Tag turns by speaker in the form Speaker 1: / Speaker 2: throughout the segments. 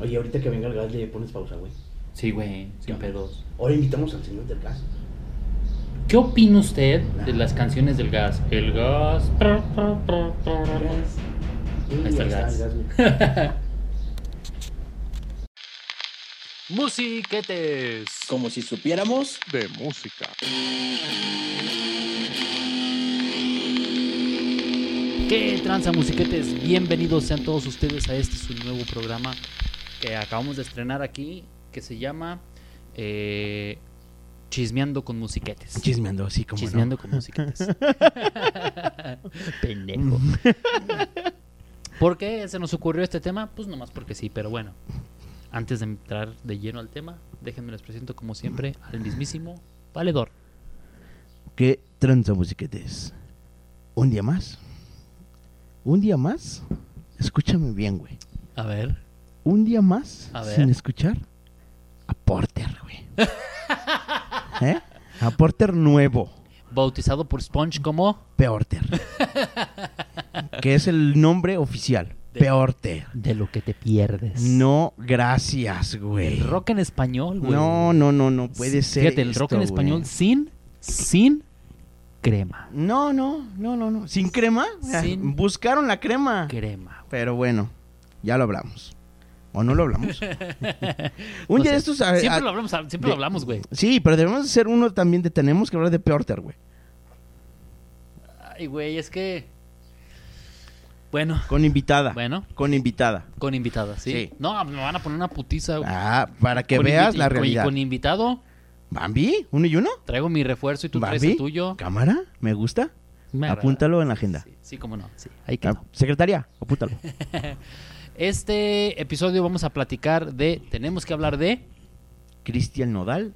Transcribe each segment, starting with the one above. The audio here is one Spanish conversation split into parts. Speaker 1: Oye, ahorita que venga el gas le pones pausa, güey.
Speaker 2: Sí, güey, sin pedos.
Speaker 1: Ahora invitamos al señor del gas.
Speaker 2: ¿Qué opina usted de las canciones del gas? El gas. prr, prr, prr, prr.
Speaker 1: Sí,
Speaker 2: Ahí está el gas.
Speaker 1: güey.
Speaker 2: Musiquetes.
Speaker 3: Como si supiéramos.
Speaker 4: de música.
Speaker 2: ¿Qué tranza, musiquetes? Bienvenidos sean todos ustedes a este su nuevo programa que acabamos de estrenar aquí, que se llama eh, Chismeando con Musiquetes.
Speaker 3: Chismeando, sí, como
Speaker 2: Chismeando con musiquetes.
Speaker 3: Pendejo.
Speaker 2: ¿Por qué se nos ocurrió este tema? Pues nomás porque sí, pero bueno. Antes de entrar de lleno al tema, déjenme les presento como siempre al mismísimo valedor.
Speaker 3: ¿Qué tranza musiquetes? ¿Un día más? ¿Un día más? Escúchame bien, güey.
Speaker 2: A ver.
Speaker 3: ¿Un día más
Speaker 2: A ver.
Speaker 3: sin escuchar? A Porter, güey. ¿Eh? A Porter nuevo.
Speaker 2: Bautizado por Sponge como
Speaker 3: Peorter. que es el nombre oficial.
Speaker 2: De-
Speaker 3: Peorter.
Speaker 2: de lo que te pierdes.
Speaker 3: No, gracias, güey.
Speaker 2: El rock en español, güey.
Speaker 3: No, no, no, no puede
Speaker 2: Sí,
Speaker 3: ser.
Speaker 2: Fíjate, el
Speaker 3: esto,
Speaker 2: rock en
Speaker 3: güey.
Speaker 2: español sin, sin crema.
Speaker 3: No, no, no, no, no. ¿Sin crema? Ah,
Speaker 2: Sin-
Speaker 3: Buscaron la crema.
Speaker 2: Crema.
Speaker 3: Pero bueno, ya lo hablamos. ¿O no lo hablamos? Un
Speaker 2: No
Speaker 3: día
Speaker 2: sé.
Speaker 3: de estos... a-
Speaker 2: Siempre
Speaker 3: a-
Speaker 2: lo hablamos, siempre
Speaker 3: de-
Speaker 2: lo hablamos, güey.
Speaker 3: Sí, pero debemos hacer uno también de... Tenemos que hablar de Peorter, güey.
Speaker 2: Ay, güey, es que. Bueno,
Speaker 3: Con invitada.
Speaker 2: Bueno.
Speaker 3: Con invitada.
Speaker 2: con invitadas, ¿sí?
Speaker 3: Sí.
Speaker 2: No, me van a poner una putiza. güey.
Speaker 3: Ah, para que
Speaker 2: Con
Speaker 3: veas
Speaker 2: invi-
Speaker 3: la
Speaker 2: y con- y
Speaker 3: realidad.
Speaker 2: Con, invitado,
Speaker 3: ¿Bambi? ¿Uno y uno?
Speaker 2: traigo mi refuerzo y tú traes
Speaker 3: ¿Bambi?
Speaker 2: el tuyo.
Speaker 3: ¿Cámara? ¿Me gusta?
Speaker 2: Me agrada.
Speaker 3: Apúntalo en la agenda.
Speaker 2: Sí, sí, cómo no. Sí, ahí
Speaker 3: Ah,
Speaker 2: quedó.
Speaker 3: secretaria, apúntalo.
Speaker 2: Este episodio vamos a platicar de. Tenemos que hablar de.
Speaker 3: Cristian Nodal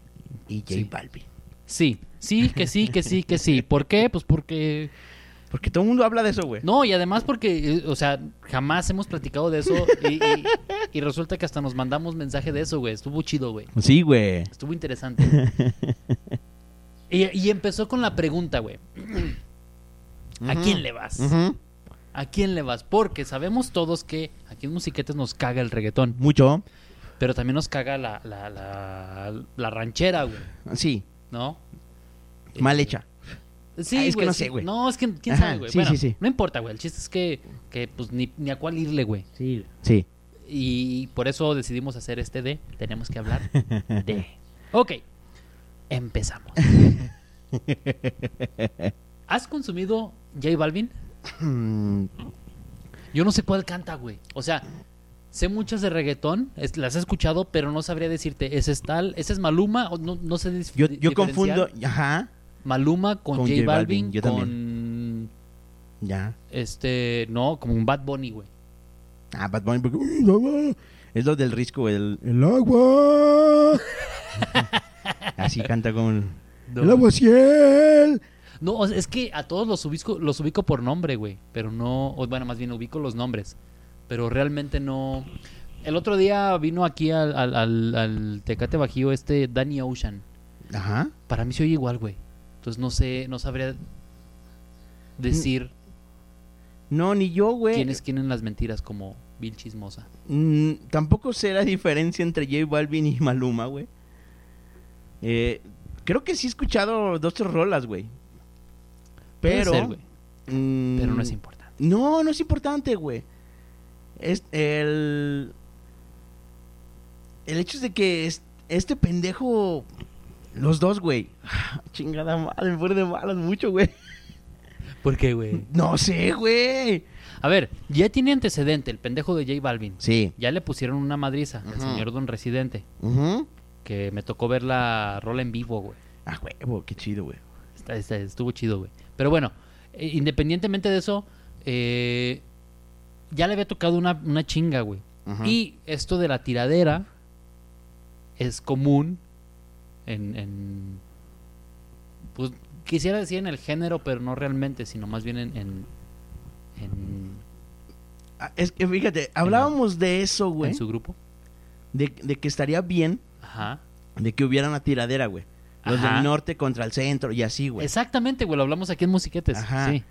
Speaker 3: y J
Speaker 2: Sí.
Speaker 3: Balvin.
Speaker 2: Sí, sí, que sí, que sí, que sí. ¿Por qué? Pues porque.
Speaker 3: Porque todo el mundo habla de eso, güey.
Speaker 2: No, y además porque, eh, o sea, jamás hemos platicado de eso. Y, y- y resulta que hasta nos mandamos mensaje de eso, güey. Estuvo chido, güey.
Speaker 3: Sí, güey.
Speaker 2: Estuvo interesante. Y, y empezó con la pregunta, güey. ¿A
Speaker 3: Ujú.
Speaker 2: quién le vas?
Speaker 3: Ujú.
Speaker 2: ¿A quién le vas? Porque sabemos todos que aquí en Musiquetes nos caga el reggaetón,
Speaker 3: Mucho.
Speaker 2: pero también nos caga la, la, la, la ranchera, güey,
Speaker 3: Sí,
Speaker 2: ¿no?
Speaker 3: mal
Speaker 2: Eh,
Speaker 3: hecha.
Speaker 2: Sí,
Speaker 3: Ah, es que
Speaker 2: güey,
Speaker 3: no
Speaker 2: sí.
Speaker 3: sé, güey.
Speaker 2: No, es que quién
Speaker 3: Ajá,
Speaker 2: sabe, güey.
Speaker 3: sí,
Speaker 2: Bueno,
Speaker 3: sí, sí.
Speaker 2: No importa, güey. El chiste es que, que pues ni, ni a cuál irle, güey.
Speaker 3: Sí. Sí.
Speaker 2: Y por eso decidimos hacer este de Tenemos que hablar de. Ok, empezamos. ¿Has consumido J Balvin?
Speaker 3: Mm,
Speaker 2: Yo no sé cuál canta, güey. O sea, sé muchas de reggaetón, es- las he escuchado, pero no sabría decirte, ese es tal, ese es Maluma, o no, no sé dif-
Speaker 3: Yo,
Speaker 2: di-
Speaker 3: yo
Speaker 2: diferenciar
Speaker 3: confundo. Ajá.
Speaker 2: Maluma con, J Balvin,
Speaker 3: yo
Speaker 2: con
Speaker 3: Ya.
Speaker 2: este, no, como un Bad Bunny, güey.
Speaker 3: Ah, Bad Bunny. porque, "Mm, agua". Es lo del risco, güey. El, el agua. Así canta con.
Speaker 2: No.
Speaker 3: El agua ciel.
Speaker 2: No, o sea, es que a todos los ubico, los ubico por nombre, güey. Pero no. o bueno, más bien ubico los nombres. Pero realmente no. El otro día vino aquí al, al- al- al Tecate Bajío este Danny Ocean.
Speaker 3: Ajá.
Speaker 2: Para mí se oye igual, güey. Entonces no sé, no sabría decir
Speaker 3: No, ni yo, güey.
Speaker 2: quién es quién en las mentiras como Bill Chismosa.
Speaker 3: Mm, tampoco sé la diferencia entre J Balvin y Maluma, güey. Eh, creo que sí he escuchado dos tres rolas, güey.
Speaker 2: Puede
Speaker 3: Pero.
Speaker 2: ser, güey,
Speaker 3: mm,
Speaker 2: pero no es importante.
Speaker 3: No, no es importante, güey. Es el. El hecho es de que es- este pendejo. Los dos, güey. Chingada madre, me pone de malas mucho, güey.
Speaker 2: ¿Por qué, güey?
Speaker 3: No sé, güey.
Speaker 2: A ver, ya tiene antecedente el pendejo de J Balvin.
Speaker 3: Sí.
Speaker 2: Ya le pusieron una madriza al
Speaker 3: Ujú.
Speaker 2: señor Don Residente.
Speaker 3: Ujú.
Speaker 2: Que me tocó ver la rola en vivo, güey.
Speaker 3: Ah, huevo, qué chido, güey.
Speaker 2: Está- está- estuvo chido, güey. Pero bueno, eh, independientemente de eso, eh, ya le había tocado una, una chinga, güey.
Speaker 3: Ajá.
Speaker 2: Y esto de la tiradera es común en, en- Pues quisiera decir en el género, pero no realmente, sino más bien en... en, en-
Speaker 3: Ah, Es que fíjate, hablábamos de eso, güey.
Speaker 2: en su grupo.
Speaker 3: De, de que estaría bien
Speaker 2: Ajá.
Speaker 3: de que hubiera una tiradera, güey. Los
Speaker 2: Ajá.
Speaker 3: del norte contra el centro y así, güey.
Speaker 2: Exactamente, güey. Lo hablamos aquí en Musiquetes.
Speaker 3: Ajá.
Speaker 2: Sí.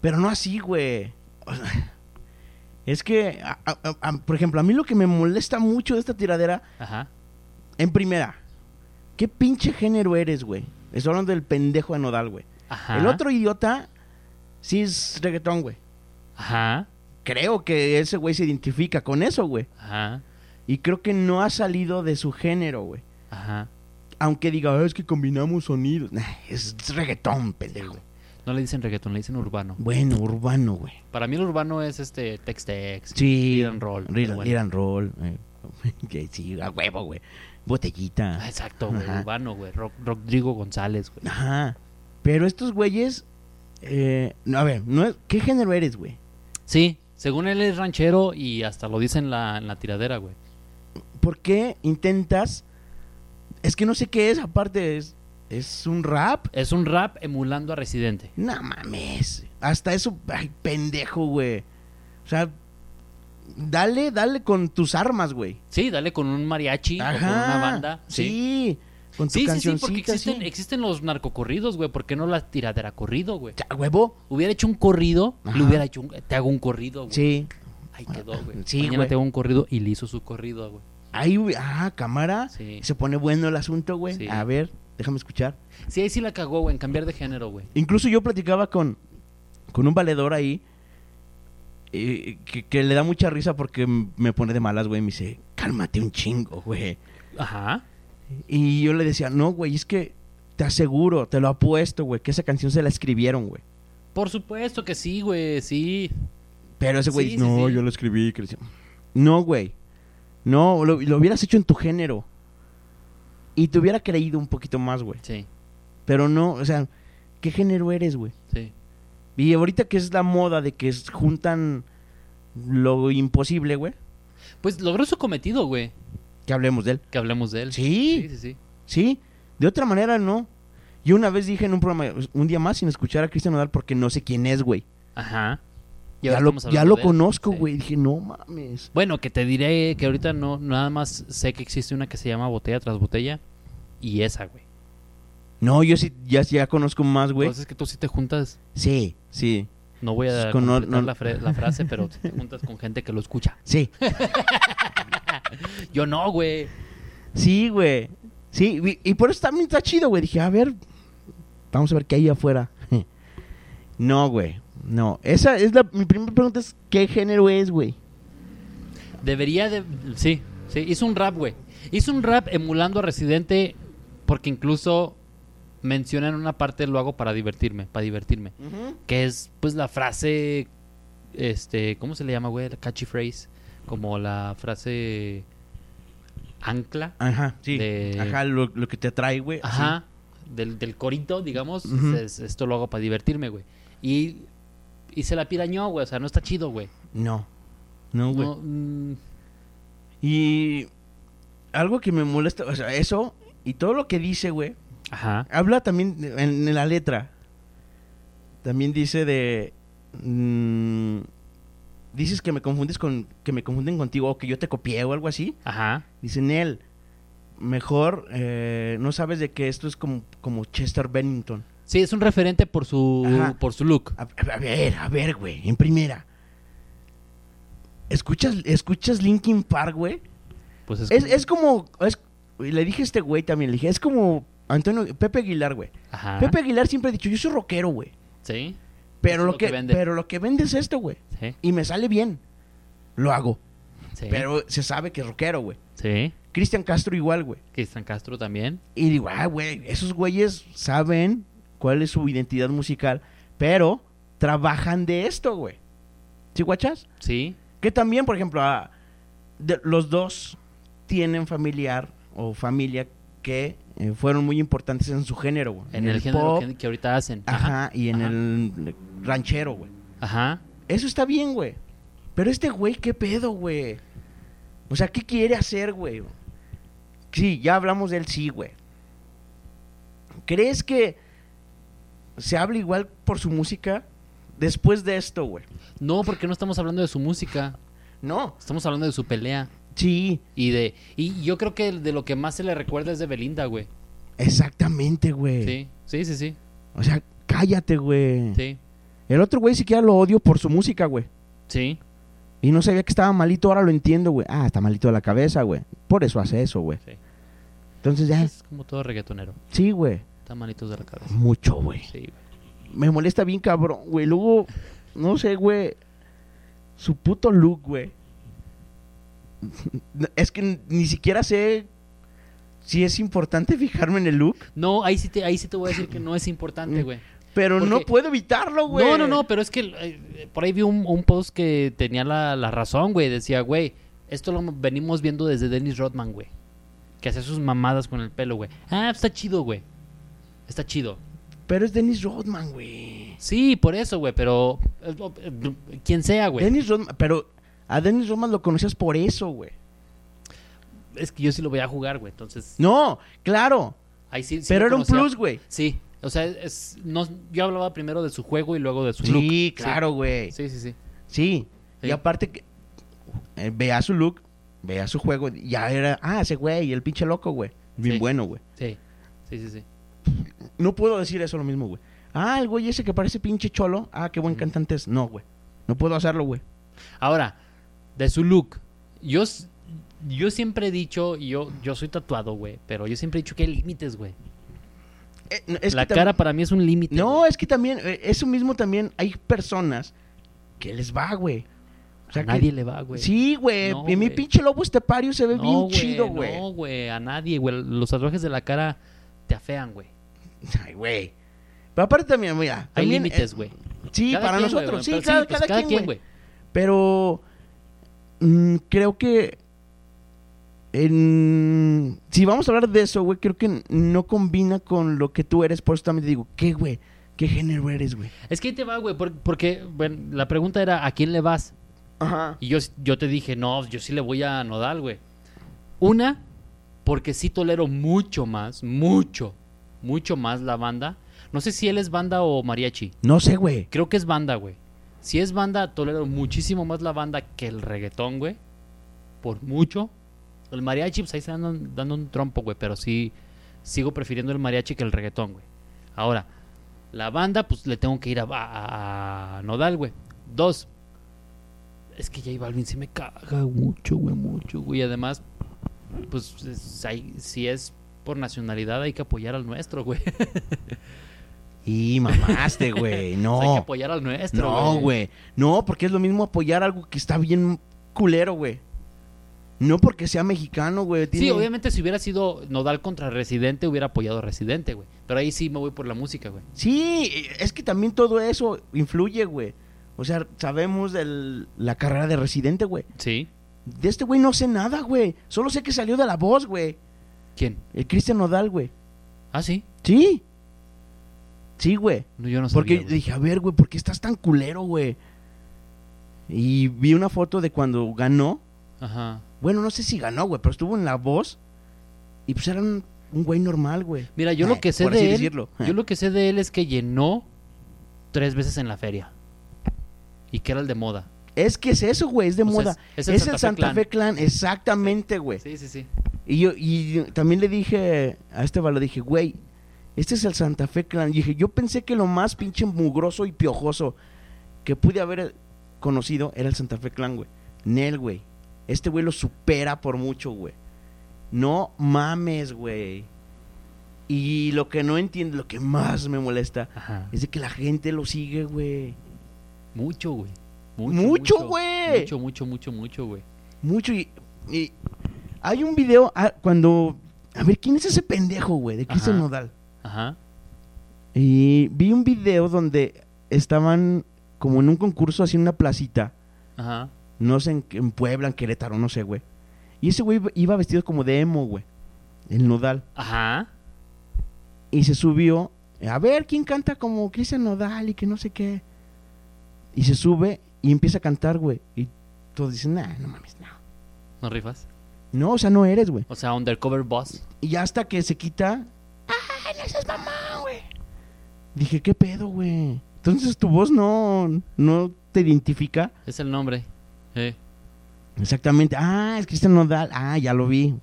Speaker 3: Pero no así, güey. O sea, Es que, a- a- a- por ejemplo, a mí lo que me molesta mucho de esta tiradera,
Speaker 2: Ajá.
Speaker 3: en primera, ¿qué pinche género eres, güey? Estoy hablando del pendejo de Nodal, güey.
Speaker 2: Ajá.
Speaker 3: El otro idiota sí es reggaetón, güey.
Speaker 2: Ajá.
Speaker 3: Creo que ese güey se identifica con eso, güey.
Speaker 2: Ajá.
Speaker 3: Y creo que no ha salido de su género, güey.
Speaker 2: Ajá.
Speaker 3: Aunque diga, "Ah, es que combinamos sonidos. Nah, es reggaetón, pendejo.
Speaker 2: No le dicen reggaetón, le dicen urbano.
Speaker 3: Bueno, urbano, güey.
Speaker 2: Para mí el urbano es este tex-tex.
Speaker 3: Sí.
Speaker 2: Rhythm and roll,
Speaker 3: Rhythm-
Speaker 2: pero bueno.
Speaker 3: rhythm and roll. eh. Que sí, a huevo, güey. Botellita.
Speaker 2: Ah, Exacto, güey.
Speaker 3: Ajá.
Speaker 2: Urbano, güey. Ro- Rodrigo González, güey.
Speaker 3: Ajá. Pero estos güeyes. eh, no, a ver, no es- ¿qué género eres, güey?
Speaker 2: Sí, según él es ranchero y hasta lo dice en la, en la tiradera, güey.
Speaker 3: ¿Por qué intentas.? Es que no sé qué es, aparte es. ¿Es un rap?
Speaker 2: Es un rap emulando a Residente.
Speaker 3: No mames. Hasta eso. Ay, pendejo, güey. O sea. Dale, dale con tus armas, güey.
Speaker 2: Sí, dale con un mariachi o con una banda.
Speaker 3: Sí.
Speaker 2: Sí.
Speaker 3: Con tu
Speaker 2: Sí, sí, sí,
Speaker 3: cancioncita.
Speaker 2: porque existen,
Speaker 3: sí.
Speaker 2: existen los narcocorridos, güey. ¿Por qué no la tiradera corrido, güey?
Speaker 3: Ya, huevo.
Speaker 2: Hubiera hecho un corrido,
Speaker 3: Ajá.
Speaker 2: le hubiera hecho un- Te hago un corrido, Oh, güey.
Speaker 3: Sí.
Speaker 2: Ahí quedó, güey.
Speaker 3: Sí,
Speaker 2: Mañana
Speaker 3: güey.
Speaker 2: te hago un corrido y le hizo su corrido, güey.
Speaker 3: Ahí, güey. Ah, cámara.
Speaker 2: Sí.
Speaker 3: Se pone bueno el asunto, güey.
Speaker 2: Sí.
Speaker 3: A ver, déjame escuchar.
Speaker 2: Sí, ahí sí la cagó, güey, en cambiar de género, güey.
Speaker 3: Incluso yo platicaba con, con un valedor ahí eh, que, que le da mucha risa porque m- me pone de malas, güey. y Me dice, cálmate un chingo, güey.
Speaker 2: Ajá.
Speaker 3: Y yo le decía, no, güey, es que te aseguro, te lo apuesto, güey, que esa canción se la escribieron, güey.
Speaker 2: Por supuesto que sí, güey, sí.
Speaker 3: Pero ese güey,
Speaker 2: Sí, sí,
Speaker 3: no,
Speaker 2: sí.
Speaker 3: yo lo escribí, Cristian. No, güey. No, lo, lo hubieras hecho en tu género. Y te hubiera creído un poquito más, güey.
Speaker 2: Sí,
Speaker 3: Pero no, o sea, ¿qué género eres, güey?
Speaker 2: sí.
Speaker 3: Y ahorita que es la moda de que es- juntan lo imposible, güey,
Speaker 2: Pues logró su cometido, güey.
Speaker 3: que hablemos de él.
Speaker 2: Que hablemos de él.
Speaker 3: Sí.
Speaker 2: Sí, sí, sí.
Speaker 3: Sí, de otra manera no. Yo una vez dije en un programa, un día más sin escuchar a Cristian Nodal porque no sé quién es, güey.
Speaker 2: Ajá. Y
Speaker 3: Ya
Speaker 2: ahora
Speaker 3: lo,
Speaker 2: estamos
Speaker 3: ya
Speaker 2: hablando
Speaker 3: lo
Speaker 2: de él.
Speaker 3: conozco,
Speaker 2: Sí.
Speaker 3: güey. Dije, no mames.
Speaker 2: Bueno, que te diré que ahorita no, nada más sé que existe una que se llama botella tras botella y esa, güey.
Speaker 3: No, yo sí, ya, ya conozco más, güey.
Speaker 2: Entonces que tú sí te juntas,
Speaker 3: Sí, sí,
Speaker 2: Pues no voy a
Speaker 3: Con- no-
Speaker 2: completar
Speaker 3: no-
Speaker 2: La, fre- la frase, pero sí te juntas con gente que lo escucha.
Speaker 3: sí.
Speaker 2: Yo no, güey.
Speaker 3: Sí, güey. Sí, vi- y por eso también está chido, güey. Dije, a ver, vamos a ver qué hay afuera. No, güey. No. Esa es la. Mi primera pregunta es: ¿qué género es, güey?
Speaker 2: Debería de... Sí, sí, hizo un rap, güey. Hizo un rap emulando a Residente porque incluso menciona en una parte lo hago para divertirme, para divertirme. Que es pues la frase, este, ¿cómo se le llama, güey? La catchy phrase. Como la frase ancla.
Speaker 3: Ajá, sí.
Speaker 2: De-
Speaker 3: Ajá, lo, lo que te atrae, güey. así.
Speaker 2: Ajá. Del, del corito, digamos.
Speaker 3: Eh, Ujú.
Speaker 2: es- esto lo hago para divertirme, güey. Y, y se la pirañó, güey. O sea, no está chido, güey.
Speaker 3: No. No, güey.
Speaker 2: No, mm,
Speaker 3: Y. Algo que me molesta, o sea, eso y todo lo que dice, güey.
Speaker 2: ajá.
Speaker 3: Habla también de- en, en la letra. También dice de. mm, dices que me confundes con. que me confunden contigo o que yo te copié o algo así.
Speaker 2: Ajá.
Speaker 3: Dicen él. Mejor eh, no sabes de que esto es como, como Chester Bennington.
Speaker 2: Sí, es un referente por su,
Speaker 3: Ajá.
Speaker 2: por su look.
Speaker 3: A, a ver, a ver, güey, en primera. ¿Escuchas, escuchas Linkin Park, güey?
Speaker 2: Pues es,
Speaker 3: Es, es como. es- le dije a este güey también, le dije, es como Antonio, Pepe Aguilar, güey.
Speaker 2: Ajá.
Speaker 3: Pepe Aguilar siempre ha dicho, yo soy rockero, güey.
Speaker 2: Sí,
Speaker 3: Pero
Speaker 2: Eso
Speaker 3: lo, que,
Speaker 2: vende.
Speaker 3: pero lo que vende es esto, güey.
Speaker 2: sí,
Speaker 3: Y me sale bien. Lo hago.
Speaker 2: sí.
Speaker 3: Pero se sabe que es rockero, güey.
Speaker 2: Sí.
Speaker 3: Cristian Castro igual, güey.
Speaker 2: Cristian Castro también.
Speaker 3: Y digo, ah, güey, esos güeyes saben cuál es su identidad musical, pero trabajan de esto, güey. ¿Sí, guachas?
Speaker 2: Sí.
Speaker 3: Que también, por ejemplo, ah, de- los dos tienen familiar o familia que eh, fueron muy importantes en su género, güey.
Speaker 2: En el, género
Speaker 3: pop,
Speaker 2: que, que ahorita hacen.
Speaker 3: Ajá, y en
Speaker 2: ajá.
Speaker 3: el ranchero, güey.
Speaker 2: Ajá.
Speaker 3: Eso está bien, güey. Pero este güey, ¿qué pedo, güey? O sea, ¿qué quiere hacer, güey? Sí, ya hablamos del sí, güey. ¿Crees que se habla igual por su música después de esto, güey?
Speaker 2: No, porque no estamos hablando de su música.
Speaker 3: No.
Speaker 2: Estamos hablando de su pelea.
Speaker 3: Sí,
Speaker 2: Y de y yo creo que de lo que más se le recuerda es de Belinda, güey.
Speaker 3: exactamente, güey.
Speaker 2: Sí, sí, sí, sí.
Speaker 3: O sea, cállate, güey.
Speaker 2: Sí,
Speaker 3: El otro güey siquiera lo odio por su música, güey.
Speaker 2: sí.
Speaker 3: Y no sabía que estaba malito, ahora lo entiendo, güey. Ah, está malito de la cabeza, güey. Por eso hace eso, güey.
Speaker 2: Sí.
Speaker 3: Entonces ya,
Speaker 2: Es como todo reggaetonero.
Speaker 3: sí, güey.
Speaker 2: Está manitos de la cabeza.
Speaker 3: Mucho, güey.
Speaker 2: Sí, güey.
Speaker 3: Me molesta bien, cabrón, güey. Luego, no sé, güey. Su puto look, güey. Es que ni siquiera sé si es importante fijarme en el look,
Speaker 2: No, ahí sí, te, ahí sí te voy a decir que no es importante, güey.
Speaker 3: pero no
Speaker 2: Porque-
Speaker 3: puedo evitarlo, güey.
Speaker 2: No, no, no, pero es que eh, por ahí vi un, un post que tenía la, la razón, güey. Decía, güey, esto lo venimos viendo desde Dennis Rodman, güey. Que hacía sus mamadas con el pelo, güey. Ah, está chido, güey. Está chido.
Speaker 3: Pero es Dennis Rodman, güey.
Speaker 2: Sí, por eso, güey, pero... eh, eh, Quien sea, güey.
Speaker 3: Dennis Rodman, pero a Dennis Rodman lo conocías por eso, güey.
Speaker 2: Es que yo sí lo voy a jugar, güey. Entonces,
Speaker 3: No, claro.
Speaker 2: ahí sí... sí
Speaker 3: pero
Speaker 2: lo
Speaker 3: era un
Speaker 2: conocía.
Speaker 3: plus, güey.
Speaker 2: Sí, o sea, es, no, yo hablaba primero de su juego y luego de su look.
Speaker 3: Sí, claro, güey. Sí.
Speaker 2: Sí, sí, sí. Sí.
Speaker 3: Y aparte, que, eh, veía su look, veía su juego. Ya era, ah, ese güey, el pinche loco, güey. Bien
Speaker 2: Sí.
Speaker 3: bueno, güey.
Speaker 2: Sí, sí, sí, sí.
Speaker 3: No puedo decir eso lo mismo, güey. Ah, el güey ese que parece pinche cholo. Ah, qué
Speaker 2: Mm.
Speaker 3: buen cantante es. No, güey. No puedo hacerlo, güey.
Speaker 2: Ahora, de su look, yo, s- yo siempre he dicho, y yo, yo soy tatuado, güey, pero yo siempre he dicho que hay límites, güey.
Speaker 3: Eh, no, es
Speaker 2: La
Speaker 3: que tam-
Speaker 2: cara para mí es un límite.
Speaker 3: No,
Speaker 2: güey.
Speaker 3: es que también, eh, eso mismo también, hay personas que les va, güey. O
Speaker 2: a
Speaker 3: que-
Speaker 2: nadie le va, güey.
Speaker 3: Sí, güey.
Speaker 2: No,
Speaker 3: y mi
Speaker 2: güey.
Speaker 3: pinche lobo estepario se ve bien
Speaker 2: No,
Speaker 3: chido, güey.
Speaker 2: No, güey, a nadie, güey. Los tatuajes de la cara te afean, güey.
Speaker 3: Ay, güey. Pero aparte también, mira.
Speaker 2: Hay
Speaker 3: también,
Speaker 2: límites,
Speaker 3: eh,
Speaker 2: güey.
Speaker 3: sí,
Speaker 2: Cada
Speaker 3: para
Speaker 2: quien, güey,
Speaker 3: nosotros.
Speaker 2: pero
Speaker 3: sí, cada,
Speaker 2: pues,
Speaker 3: cada quien, güey.
Speaker 2: güey.
Speaker 3: Pero mm, creo que en- si vamos a hablar de eso, güey, creo que no combina con lo que tú eres. Por eso también te digo, ¿qué, güey? ¿Qué género eres, güey?
Speaker 2: Es que ahí te va, güey, por- porque bueno, la pregunta era, ¿a quién le vas?
Speaker 3: Ajá.
Speaker 2: Y yo, yo te dije, no, yo sí le voy a Nodal, güey. Una, porque sí tolero mucho más, mucho, mucho más la banda. No sé si él es banda o mariachi.
Speaker 3: No sé, güey.
Speaker 2: Creo que es banda, güey. Si es banda, tolero muchísimo más la banda que el reggaetón, güey. Por mucho. El mariachi, pues ahí se andan dando un trompo, güey. Pero sí, sigo prefiriendo el mariachi que el reggaetón, güey. Ahora, la banda, pues le tengo que ir a, a- a Nodal, güey. Dos. Es que J Balvin sí me caga mucho, güey, mucho, güey. Y Además, pues es- hay- si es por nacionalidad hay que apoyar al nuestro, güey.
Speaker 3: Y mamaste, güey.
Speaker 2: O sea, hay que
Speaker 3: No.
Speaker 2: apoyar al nuestro,
Speaker 3: No, güey. No, porque es lo mismo apoyar algo que está bien culero, güey. No porque sea mexicano, güey.
Speaker 2: Sí,
Speaker 3: tiene-
Speaker 2: obviamente si hubiera sido Nodal contra Residente, hubiera apoyado a Residente, güey. Pero ahí sí me voy por la música, güey.
Speaker 3: Sí, es que también todo eso influye, güey. O sea, sabemos de la carrera de residente, güey.
Speaker 2: Sí.
Speaker 3: De este güey no sé nada, güey. Solo sé que salió de la voz, güey.
Speaker 2: ¿Quién?
Speaker 3: El Cristian Nodal, güey.
Speaker 2: Ah, sí.
Speaker 3: Sí. Sí, güey.
Speaker 2: No, yo no sabía.
Speaker 3: Porque
Speaker 2: güey.
Speaker 3: dije, a ver, güey, ¿por qué estás tan culero, güey? Y vi una foto de cuando ganó.
Speaker 2: Ajá.
Speaker 3: Bueno, no sé si ganó, güey, pero estuvo en la voz. Y pues era un, un güey normal, güey.
Speaker 2: Mira, yo lo que sé
Speaker 3: Eh, Por así
Speaker 2: de él,
Speaker 3: decirlo.
Speaker 2: yo lo que sé de él es que llenó tres veces en la feria. Y que era el de moda.
Speaker 3: Es que es eso, güey, es de
Speaker 2: O sea,
Speaker 3: moda.
Speaker 2: es-
Speaker 3: Es,
Speaker 2: es
Speaker 3: el Santa Fe Clan, exactamente, güey.
Speaker 2: Sí, sí, sí.
Speaker 3: Y yo y también le dije a este le dije, güey, este es el Santa Fe Clan. Y dije, yo pensé que lo más pinche mugroso y piojoso que pude haber eh, conocido era el Santa Fe Clan, güey. Nel, güey. Este güey lo supera por mucho, güey. No mames, güey. Y lo que no entiendo, lo que más me molesta,
Speaker 2: Ajá.
Speaker 3: es de que la gente lo sigue, güey.
Speaker 2: Mucho, güey.
Speaker 3: Mucho, güey.
Speaker 2: Mucho, mucho, mucho, mucho, güey.
Speaker 3: Mucho. Y, y hay un video ah, cuando... A ver, ¿quién es ese pendejo, güey? De Cristian
Speaker 2: Ajá.
Speaker 3: Nodal.
Speaker 2: Ajá.
Speaker 3: Y vi un video donde estaban como en un concurso así en una placita.
Speaker 2: Ajá.
Speaker 3: No sé, en, en Puebla, en Querétaro, no sé, güey. Y ese güey iba vestido como de emo, güey. El nodal.
Speaker 2: Ajá.
Speaker 3: Y se subió. A ver, ¿quién canta como Cristian Nodal y que no sé qué? Y se sube y empieza a cantar, güey. Y todos dicen, nah, no mames, no.
Speaker 2: ¿No rifas?
Speaker 3: No, o sea, no eres, güey.
Speaker 2: O sea, Undercover Boss.
Speaker 3: Y ya hasta que se quita. ¡Ay, no seas mamá, güey! Dije, ¿qué pedo, güey? Entonces tu voz no, no te identifica.
Speaker 2: Es el nombre. Eh.
Speaker 3: Exactamente. Ah, es Cristian Nodal. Ah, ya lo vi.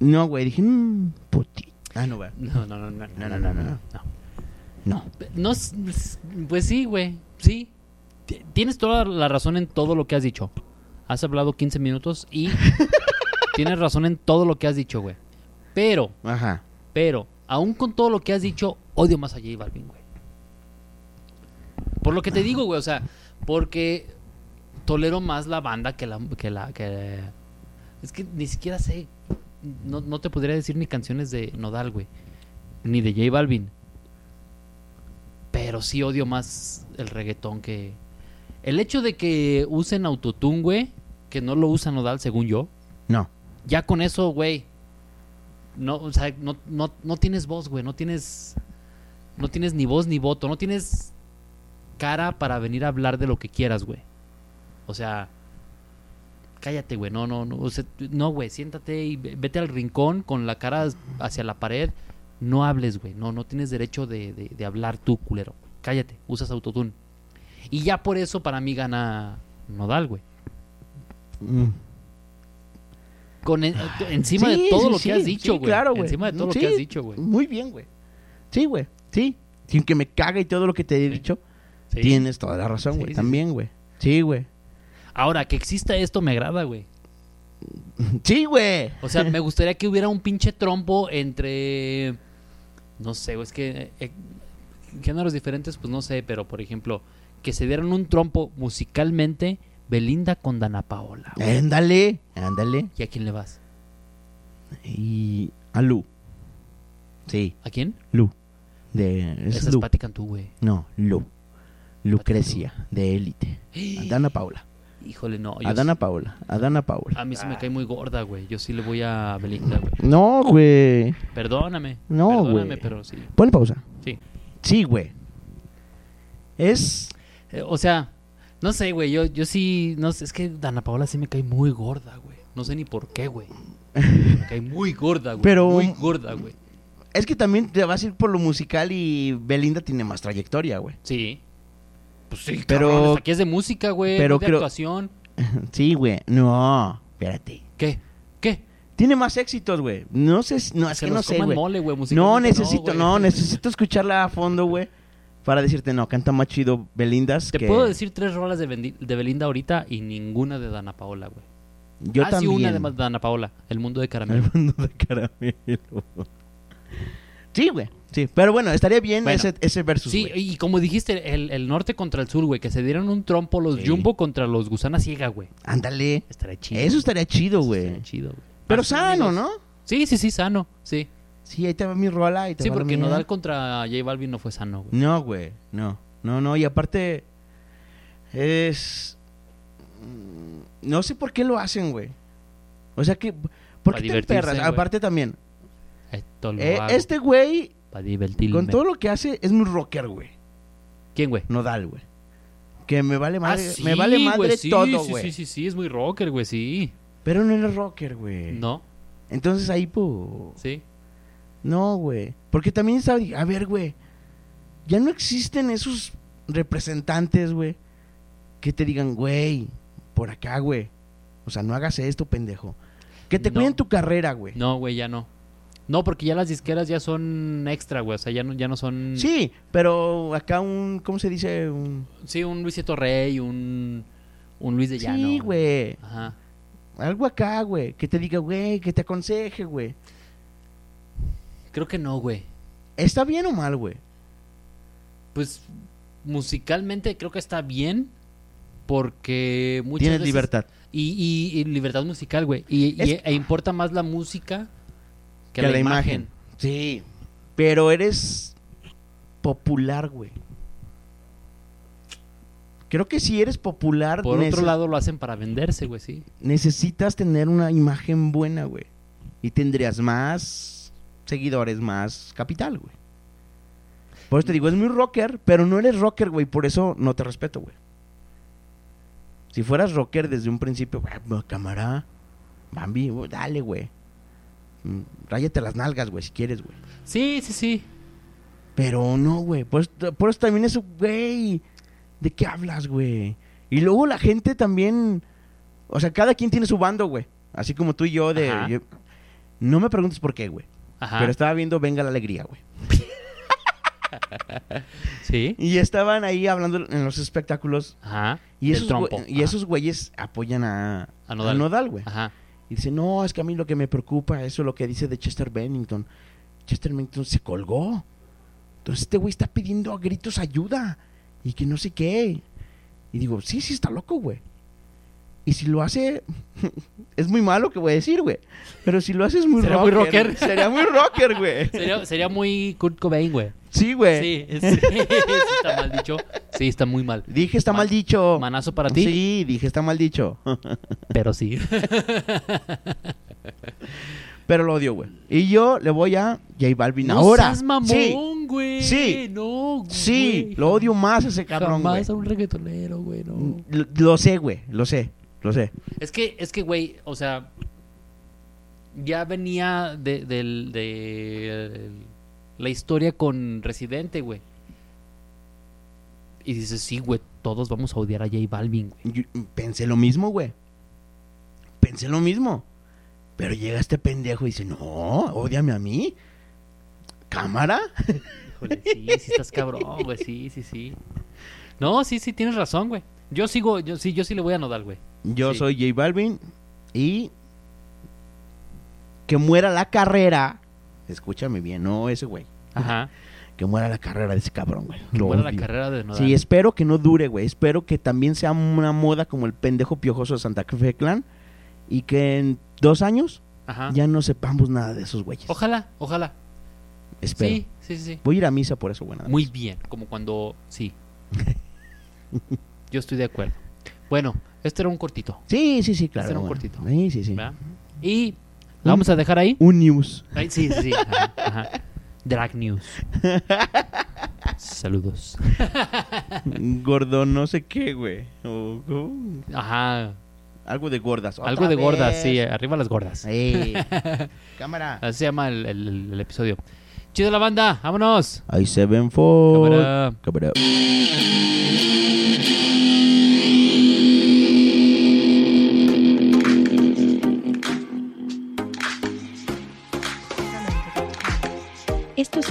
Speaker 3: No, güey. Dije, mmm, puti. Ah, no, güey.
Speaker 2: No, no, no, no,
Speaker 3: No, no, no, no, no.
Speaker 2: no.
Speaker 3: No.
Speaker 2: No, s- s- pues sí, güey, sí. Ti- Tienes toda la razón en todo lo que has dicho. Has hablado 15 minutos y tienes razón en todo lo que has dicho, güey. Pero,
Speaker 3: Ajá.
Speaker 2: pero, aún con todo lo que has dicho, odio más a J Balvin, güey. Por lo que te digo, güey, o sea, porque tolero más la banda que la... Que la que... Es que ni siquiera sé... No, no te podría decir ni canciones de Nodal, güey. Ni de J Balvin. Pero sí odio más el reggaetón que... El hecho de que usen autotune, güey, que no lo usa Nodal, según yo,
Speaker 3: No.
Speaker 2: ya con eso, güey. No, o sea, no, no, no tienes voz, güey. No tienes. No tienes ni voz ni voto. No tienes cara para venir a hablar de lo que quieras, güey. O sea. Cállate, güey. No, no, no. O sea, no, güey. Siéntate y ve- vete al rincón con la cara hacia la pared. No hables, güey. No, no tienes derecho de, de- de hablar tú, culero. Cállate. Usas autotune. Y ya por eso para mí gana Nodal, güey.
Speaker 3: Mm.
Speaker 2: Con en- encima
Speaker 3: Ah, Sí,
Speaker 2: de todo
Speaker 3: sí,
Speaker 2: lo
Speaker 3: sí,
Speaker 2: que has
Speaker 3: sí,
Speaker 2: dicho, güey.
Speaker 3: claro, güey.
Speaker 2: encima de todo
Speaker 3: Sí,
Speaker 2: lo que has dicho, güey.
Speaker 3: Muy bien, güey. Sí, güey. Sí. Sin que me cague y todo lo que te he dicho.
Speaker 2: Sí.
Speaker 3: Tienes toda la razón,
Speaker 2: Sí,
Speaker 3: güey.
Speaker 2: sí, sí.
Speaker 3: También, güey. Sí, güey.
Speaker 2: Ahora, que exista esto me agrada, güey.
Speaker 3: Sí, güey.
Speaker 2: O sea, me gustaría que hubiera un pinche trompo entre. No sé, güey, es que. eh, eh, géneros diferentes, pues no sé, pero por ejemplo, que se dieran un trompo musicalmente Belinda con Dana Paola. güey.
Speaker 3: Eh. Ándale, ándale.
Speaker 2: ¿Y a quién le vas?
Speaker 3: Y a Lu. Sí,
Speaker 2: ¿A quién?
Speaker 3: Lu. De, es
Speaker 2: Esa es
Speaker 3: Lu.
Speaker 2: Pati Cantú, güey.
Speaker 3: No, Lu. Lucrecia, de élite. Adana Paula.
Speaker 2: Híjole, no. yo
Speaker 3: Adana
Speaker 2: sí-
Speaker 3: Paula. Adana Paula.
Speaker 2: a mí se me cae muy gorda, güey. Yo sí le voy a Belinda, güey.
Speaker 3: No, güey.
Speaker 2: Perdóname.
Speaker 3: Ah. No,
Speaker 2: Perdóname,
Speaker 3: güey.
Speaker 2: pero sí.
Speaker 3: Pon pausa.
Speaker 2: Sí.
Speaker 3: Sí, güey. Es.
Speaker 2: Eh, O sea, no sé, güey. Yo, yo sí. No sé, es que Dana Paola sí me cae muy gorda, güey. No sé ni por qué, güey. Me cae muy gorda, güey.
Speaker 3: Pero-
Speaker 2: Muy gorda, güey.
Speaker 3: Es que también te vas a ir por lo musical y Belinda tiene más trayectoria, güey.
Speaker 2: Sí. Pues sí,
Speaker 3: Pero-
Speaker 2: pero. aquí es de música, güey.
Speaker 3: pero
Speaker 2: Pero de
Speaker 3: creo-
Speaker 2: actuación.
Speaker 3: Sí, güey. No, espérate.
Speaker 2: ¿Qué? ¿Qué?
Speaker 3: Tiene más éxitos, güey. No sé, si- no, es
Speaker 2: Se
Speaker 3: que no
Speaker 2: los
Speaker 3: sé,
Speaker 2: coman
Speaker 3: güey.
Speaker 2: mole, güey,
Speaker 3: No,
Speaker 2: musicalmente
Speaker 3: necesito,
Speaker 2: güey.
Speaker 3: no, necesito escucharla a fondo, güey. Para decirte, no, canta más chido Belindas.
Speaker 2: Te
Speaker 3: que-
Speaker 2: puedo decir tres rolas de, Bendi- de Belinda ahorita y ninguna de Dana Paola, güey.
Speaker 3: Yo
Speaker 2: ah, sí,
Speaker 3: también.
Speaker 2: una de Ma- Dana Paola. El mundo de
Speaker 3: El
Speaker 2: caramelo.
Speaker 3: mundo de caramelo. Sí, güey. Sí, pero bueno, estaría bien
Speaker 2: Bueno.
Speaker 3: ese, ese versus.
Speaker 2: Sí,
Speaker 3: güey.
Speaker 2: y como dijiste, el, el norte contra el sur, güey. Que se dieron un trompo los
Speaker 3: Sí.
Speaker 2: Jumbo contra los Gusana Ciega, güey.
Speaker 3: Ándale.
Speaker 2: Estaría chido.
Speaker 3: Eso estaría chido,
Speaker 2: Eso
Speaker 3: güey.
Speaker 2: estaría chido, güey.
Speaker 3: Pero
Speaker 2: Así,
Speaker 3: sano,
Speaker 2: amigos.
Speaker 3: ¿no?
Speaker 2: Sí, sí, sí, sano, sí.
Speaker 3: Sí, ahí te va mi rola. Ahí te
Speaker 2: Sí,
Speaker 3: va la
Speaker 2: porque
Speaker 3: mía.
Speaker 2: Nodal contra J Balvin no fue sano, güey.
Speaker 3: No, güey. No. No, no. Y aparte. Es. mm, No sé por qué lo hacen, güey. O sea que. ¿Por
Speaker 2: Pa'
Speaker 3: qué te
Speaker 2: divertirse,
Speaker 3: emperras?
Speaker 2: güey.
Speaker 3: Aparte también.
Speaker 2: Esto lo
Speaker 3: eh,
Speaker 2: hago
Speaker 3: este güey,
Speaker 2: para divertirme.
Speaker 3: con todo lo que hace, es muy rocker, güey.
Speaker 2: ¿Quién, güey?
Speaker 3: Nodal, güey. Que me vale
Speaker 2: Ah,
Speaker 3: madre.
Speaker 2: sí,
Speaker 3: me vale
Speaker 2: güey,
Speaker 3: madre
Speaker 2: sí,
Speaker 3: todo,
Speaker 2: sí,
Speaker 3: güey.
Speaker 2: Sí, sí, sí, es muy rocker, güey, sí.
Speaker 3: Pero no era rocker, güey.
Speaker 2: No,
Speaker 3: Entonces ahí, pues.
Speaker 2: sí.
Speaker 3: No, güey. Porque también está. A ver, güey. Ya no existen esos representantes, güey. Que te digan, güey, por acá, güey. O sea, no hagas esto, pendejo. Que te
Speaker 2: No.
Speaker 3: cuiden tu carrera, güey.
Speaker 2: No, güey, ya no. No, porque ya las disqueras ya son extra, güey. O sea, ya no, ya no son.
Speaker 3: Sí, pero acá un. ¿Cómo se dice? Un...
Speaker 2: Sí, un Luisito Rey, un. Un Luis de Llano.
Speaker 3: Sí, güey.
Speaker 2: Ajá.
Speaker 3: Algo acá, güey. Que te diga, güey, que te aconseje, güey.
Speaker 2: Creo que no, güey.
Speaker 3: ¿Está bien o mal, güey?
Speaker 2: Pues musicalmente creo que está bien. Porque muchas
Speaker 3: Tienes
Speaker 2: veces-
Speaker 3: libertad.
Speaker 2: Y, y- y libertad musical, güey. Y, y-
Speaker 3: Es-
Speaker 2: e importa más la música que, la, imagen.
Speaker 3: Sí. Pero eres popular, güey. Creo que si eres popular,
Speaker 2: Por otro
Speaker 3: neces-
Speaker 2: lado, lo hacen para venderse, güey, sí.
Speaker 3: necesitas tener una imagen buena, güey. Y tendrías más seguidores, más capital, güey. Por eso te digo, es muy rocker, pero no eres rocker, güey. Por eso no te respeto, güey. Si fueras rocker desde un principio, güey, va, cámara, Bambi, güey, dale, güey. Mm, Ráyate las nalgas, güey, si quieres, güey.
Speaker 2: Sí, sí, sí.
Speaker 3: Pero no, güey. Por, eso- por eso también eso, güey. ¿De qué hablas, güey? Y luego la gente también. O sea, cada quien tiene su bando, güey. Así como tú y yo de.
Speaker 2: Ajá. Ah.
Speaker 3: yo- no me preguntes por qué, güey.
Speaker 2: Ajá.
Speaker 3: Pero estaba viendo Venga la Alegría, güey.
Speaker 2: ¿Sí?
Speaker 3: Y estaban ahí hablando en los espectáculos.
Speaker 2: Ajá.
Speaker 3: Y
Speaker 2: del
Speaker 3: esos,
Speaker 2: trompo.
Speaker 3: güe- y
Speaker 2: Ajá.
Speaker 3: esos güeyes apoyan a,
Speaker 2: A Nodal.
Speaker 3: güey.
Speaker 2: Ajá.
Speaker 3: Y dice, no, es que a mí lo que me preocupa, eso es lo que dice de Chester Bennington. Chester Bennington se colgó. Entonces este güey está pidiendo a gritos ayuda y que no sé qué. Y digo, sí, sí, está loco, güey. Y si lo hace, es muy malo que voy a decir, güey. Pero si lo hace es muy
Speaker 2: Sería muy
Speaker 3: rocker.
Speaker 2: rocker.
Speaker 3: Sería muy rocker, güey.
Speaker 2: Sería, sería muy Kurt Cobain, güey.
Speaker 3: Sí, güey.
Speaker 2: Sí, sí, sí, está mal dicho. Sí, está muy mal.
Speaker 3: Dije, está
Speaker 2: Ma-
Speaker 3: mal dicho.
Speaker 2: Manazo para ti,
Speaker 3: Sí, dije, está mal dicho.
Speaker 2: pero sí.
Speaker 3: Pero lo odio, güey. Y yo le voy a J Balvin ahora.
Speaker 2: seas
Speaker 3: sí,
Speaker 2: mamón, güey.
Speaker 3: Sí.
Speaker 2: No, güey.
Speaker 3: sí, lo odio más a ese cabrón, güey.
Speaker 2: Jamás a un reggaetonero, güey, no.
Speaker 3: Lo, lo sé, güey, lo sé, lo sé.
Speaker 2: Mm. Es que, es que, güey, o sea, ya venía de, del- de la historia con Residente, güey. Y dices, sí, güey, todos vamos a odiar a J Balvin, güey.
Speaker 3: Yo pensé lo mismo, güey. Pensé lo mismo. Pero llega este pendejo y dice, no, odiame a mí. ¿Cámara?
Speaker 2: Híjole, sí, sí estás cabrón, güey, sí, sí, sí. No, sí, sí, tienes razón, güey. Yo sigo, yo sí, yo sí le voy a nodar, güey.
Speaker 3: Yo
Speaker 2: Sí.
Speaker 3: soy J Balvin y que muera la carrera. Escúchame bien, no ese güey.
Speaker 2: Ajá.
Speaker 3: Que muera la carrera de ese cabrón, güey. Lo
Speaker 2: Fuera la
Speaker 3: odio.
Speaker 2: carrera de nodar.
Speaker 3: Sí, espero que no dure, güey. Espero que también sea una moda como el pendejo piojoso de Santa Fe Clan. Y que en dos años
Speaker 2: Ajá.
Speaker 3: ya no sepamos nada de esos güeyes.
Speaker 2: Ojalá, ojalá.
Speaker 3: Espero.
Speaker 2: Sí, sí, sí. sí.
Speaker 3: Voy a ir a misa por eso, buena.
Speaker 2: Muy bien, como cuando sí. Yo estoy de acuerdo. Bueno, este era un cortito,
Speaker 3: Sí, sí, sí, claro.
Speaker 2: Hacer un
Speaker 3: bueno.
Speaker 2: cortito.
Speaker 3: Sí, sí, sí.
Speaker 2: ¿verdad? Y
Speaker 3: Un-
Speaker 2: la vamos a dejar ahí.
Speaker 3: Un news.
Speaker 2: Ahí, Sí, sí, sí. Ajá, ajá. Drag News. Saludos.
Speaker 3: Gordo, no sé qué, güey. O- o-
Speaker 2: Ajá.
Speaker 3: Algo de gordas. Otra
Speaker 2: Algo de
Speaker 3: vez.
Speaker 2: gordas, sí. eh. Ah. Arriba las gordas.
Speaker 3: Sí. Cámara.
Speaker 2: Así se llama el, el- el episodio. Chido la banda, vámonos.
Speaker 3: Ahí se ven four.
Speaker 2: Cámara.
Speaker 3: Cámara.
Speaker 4: Esto es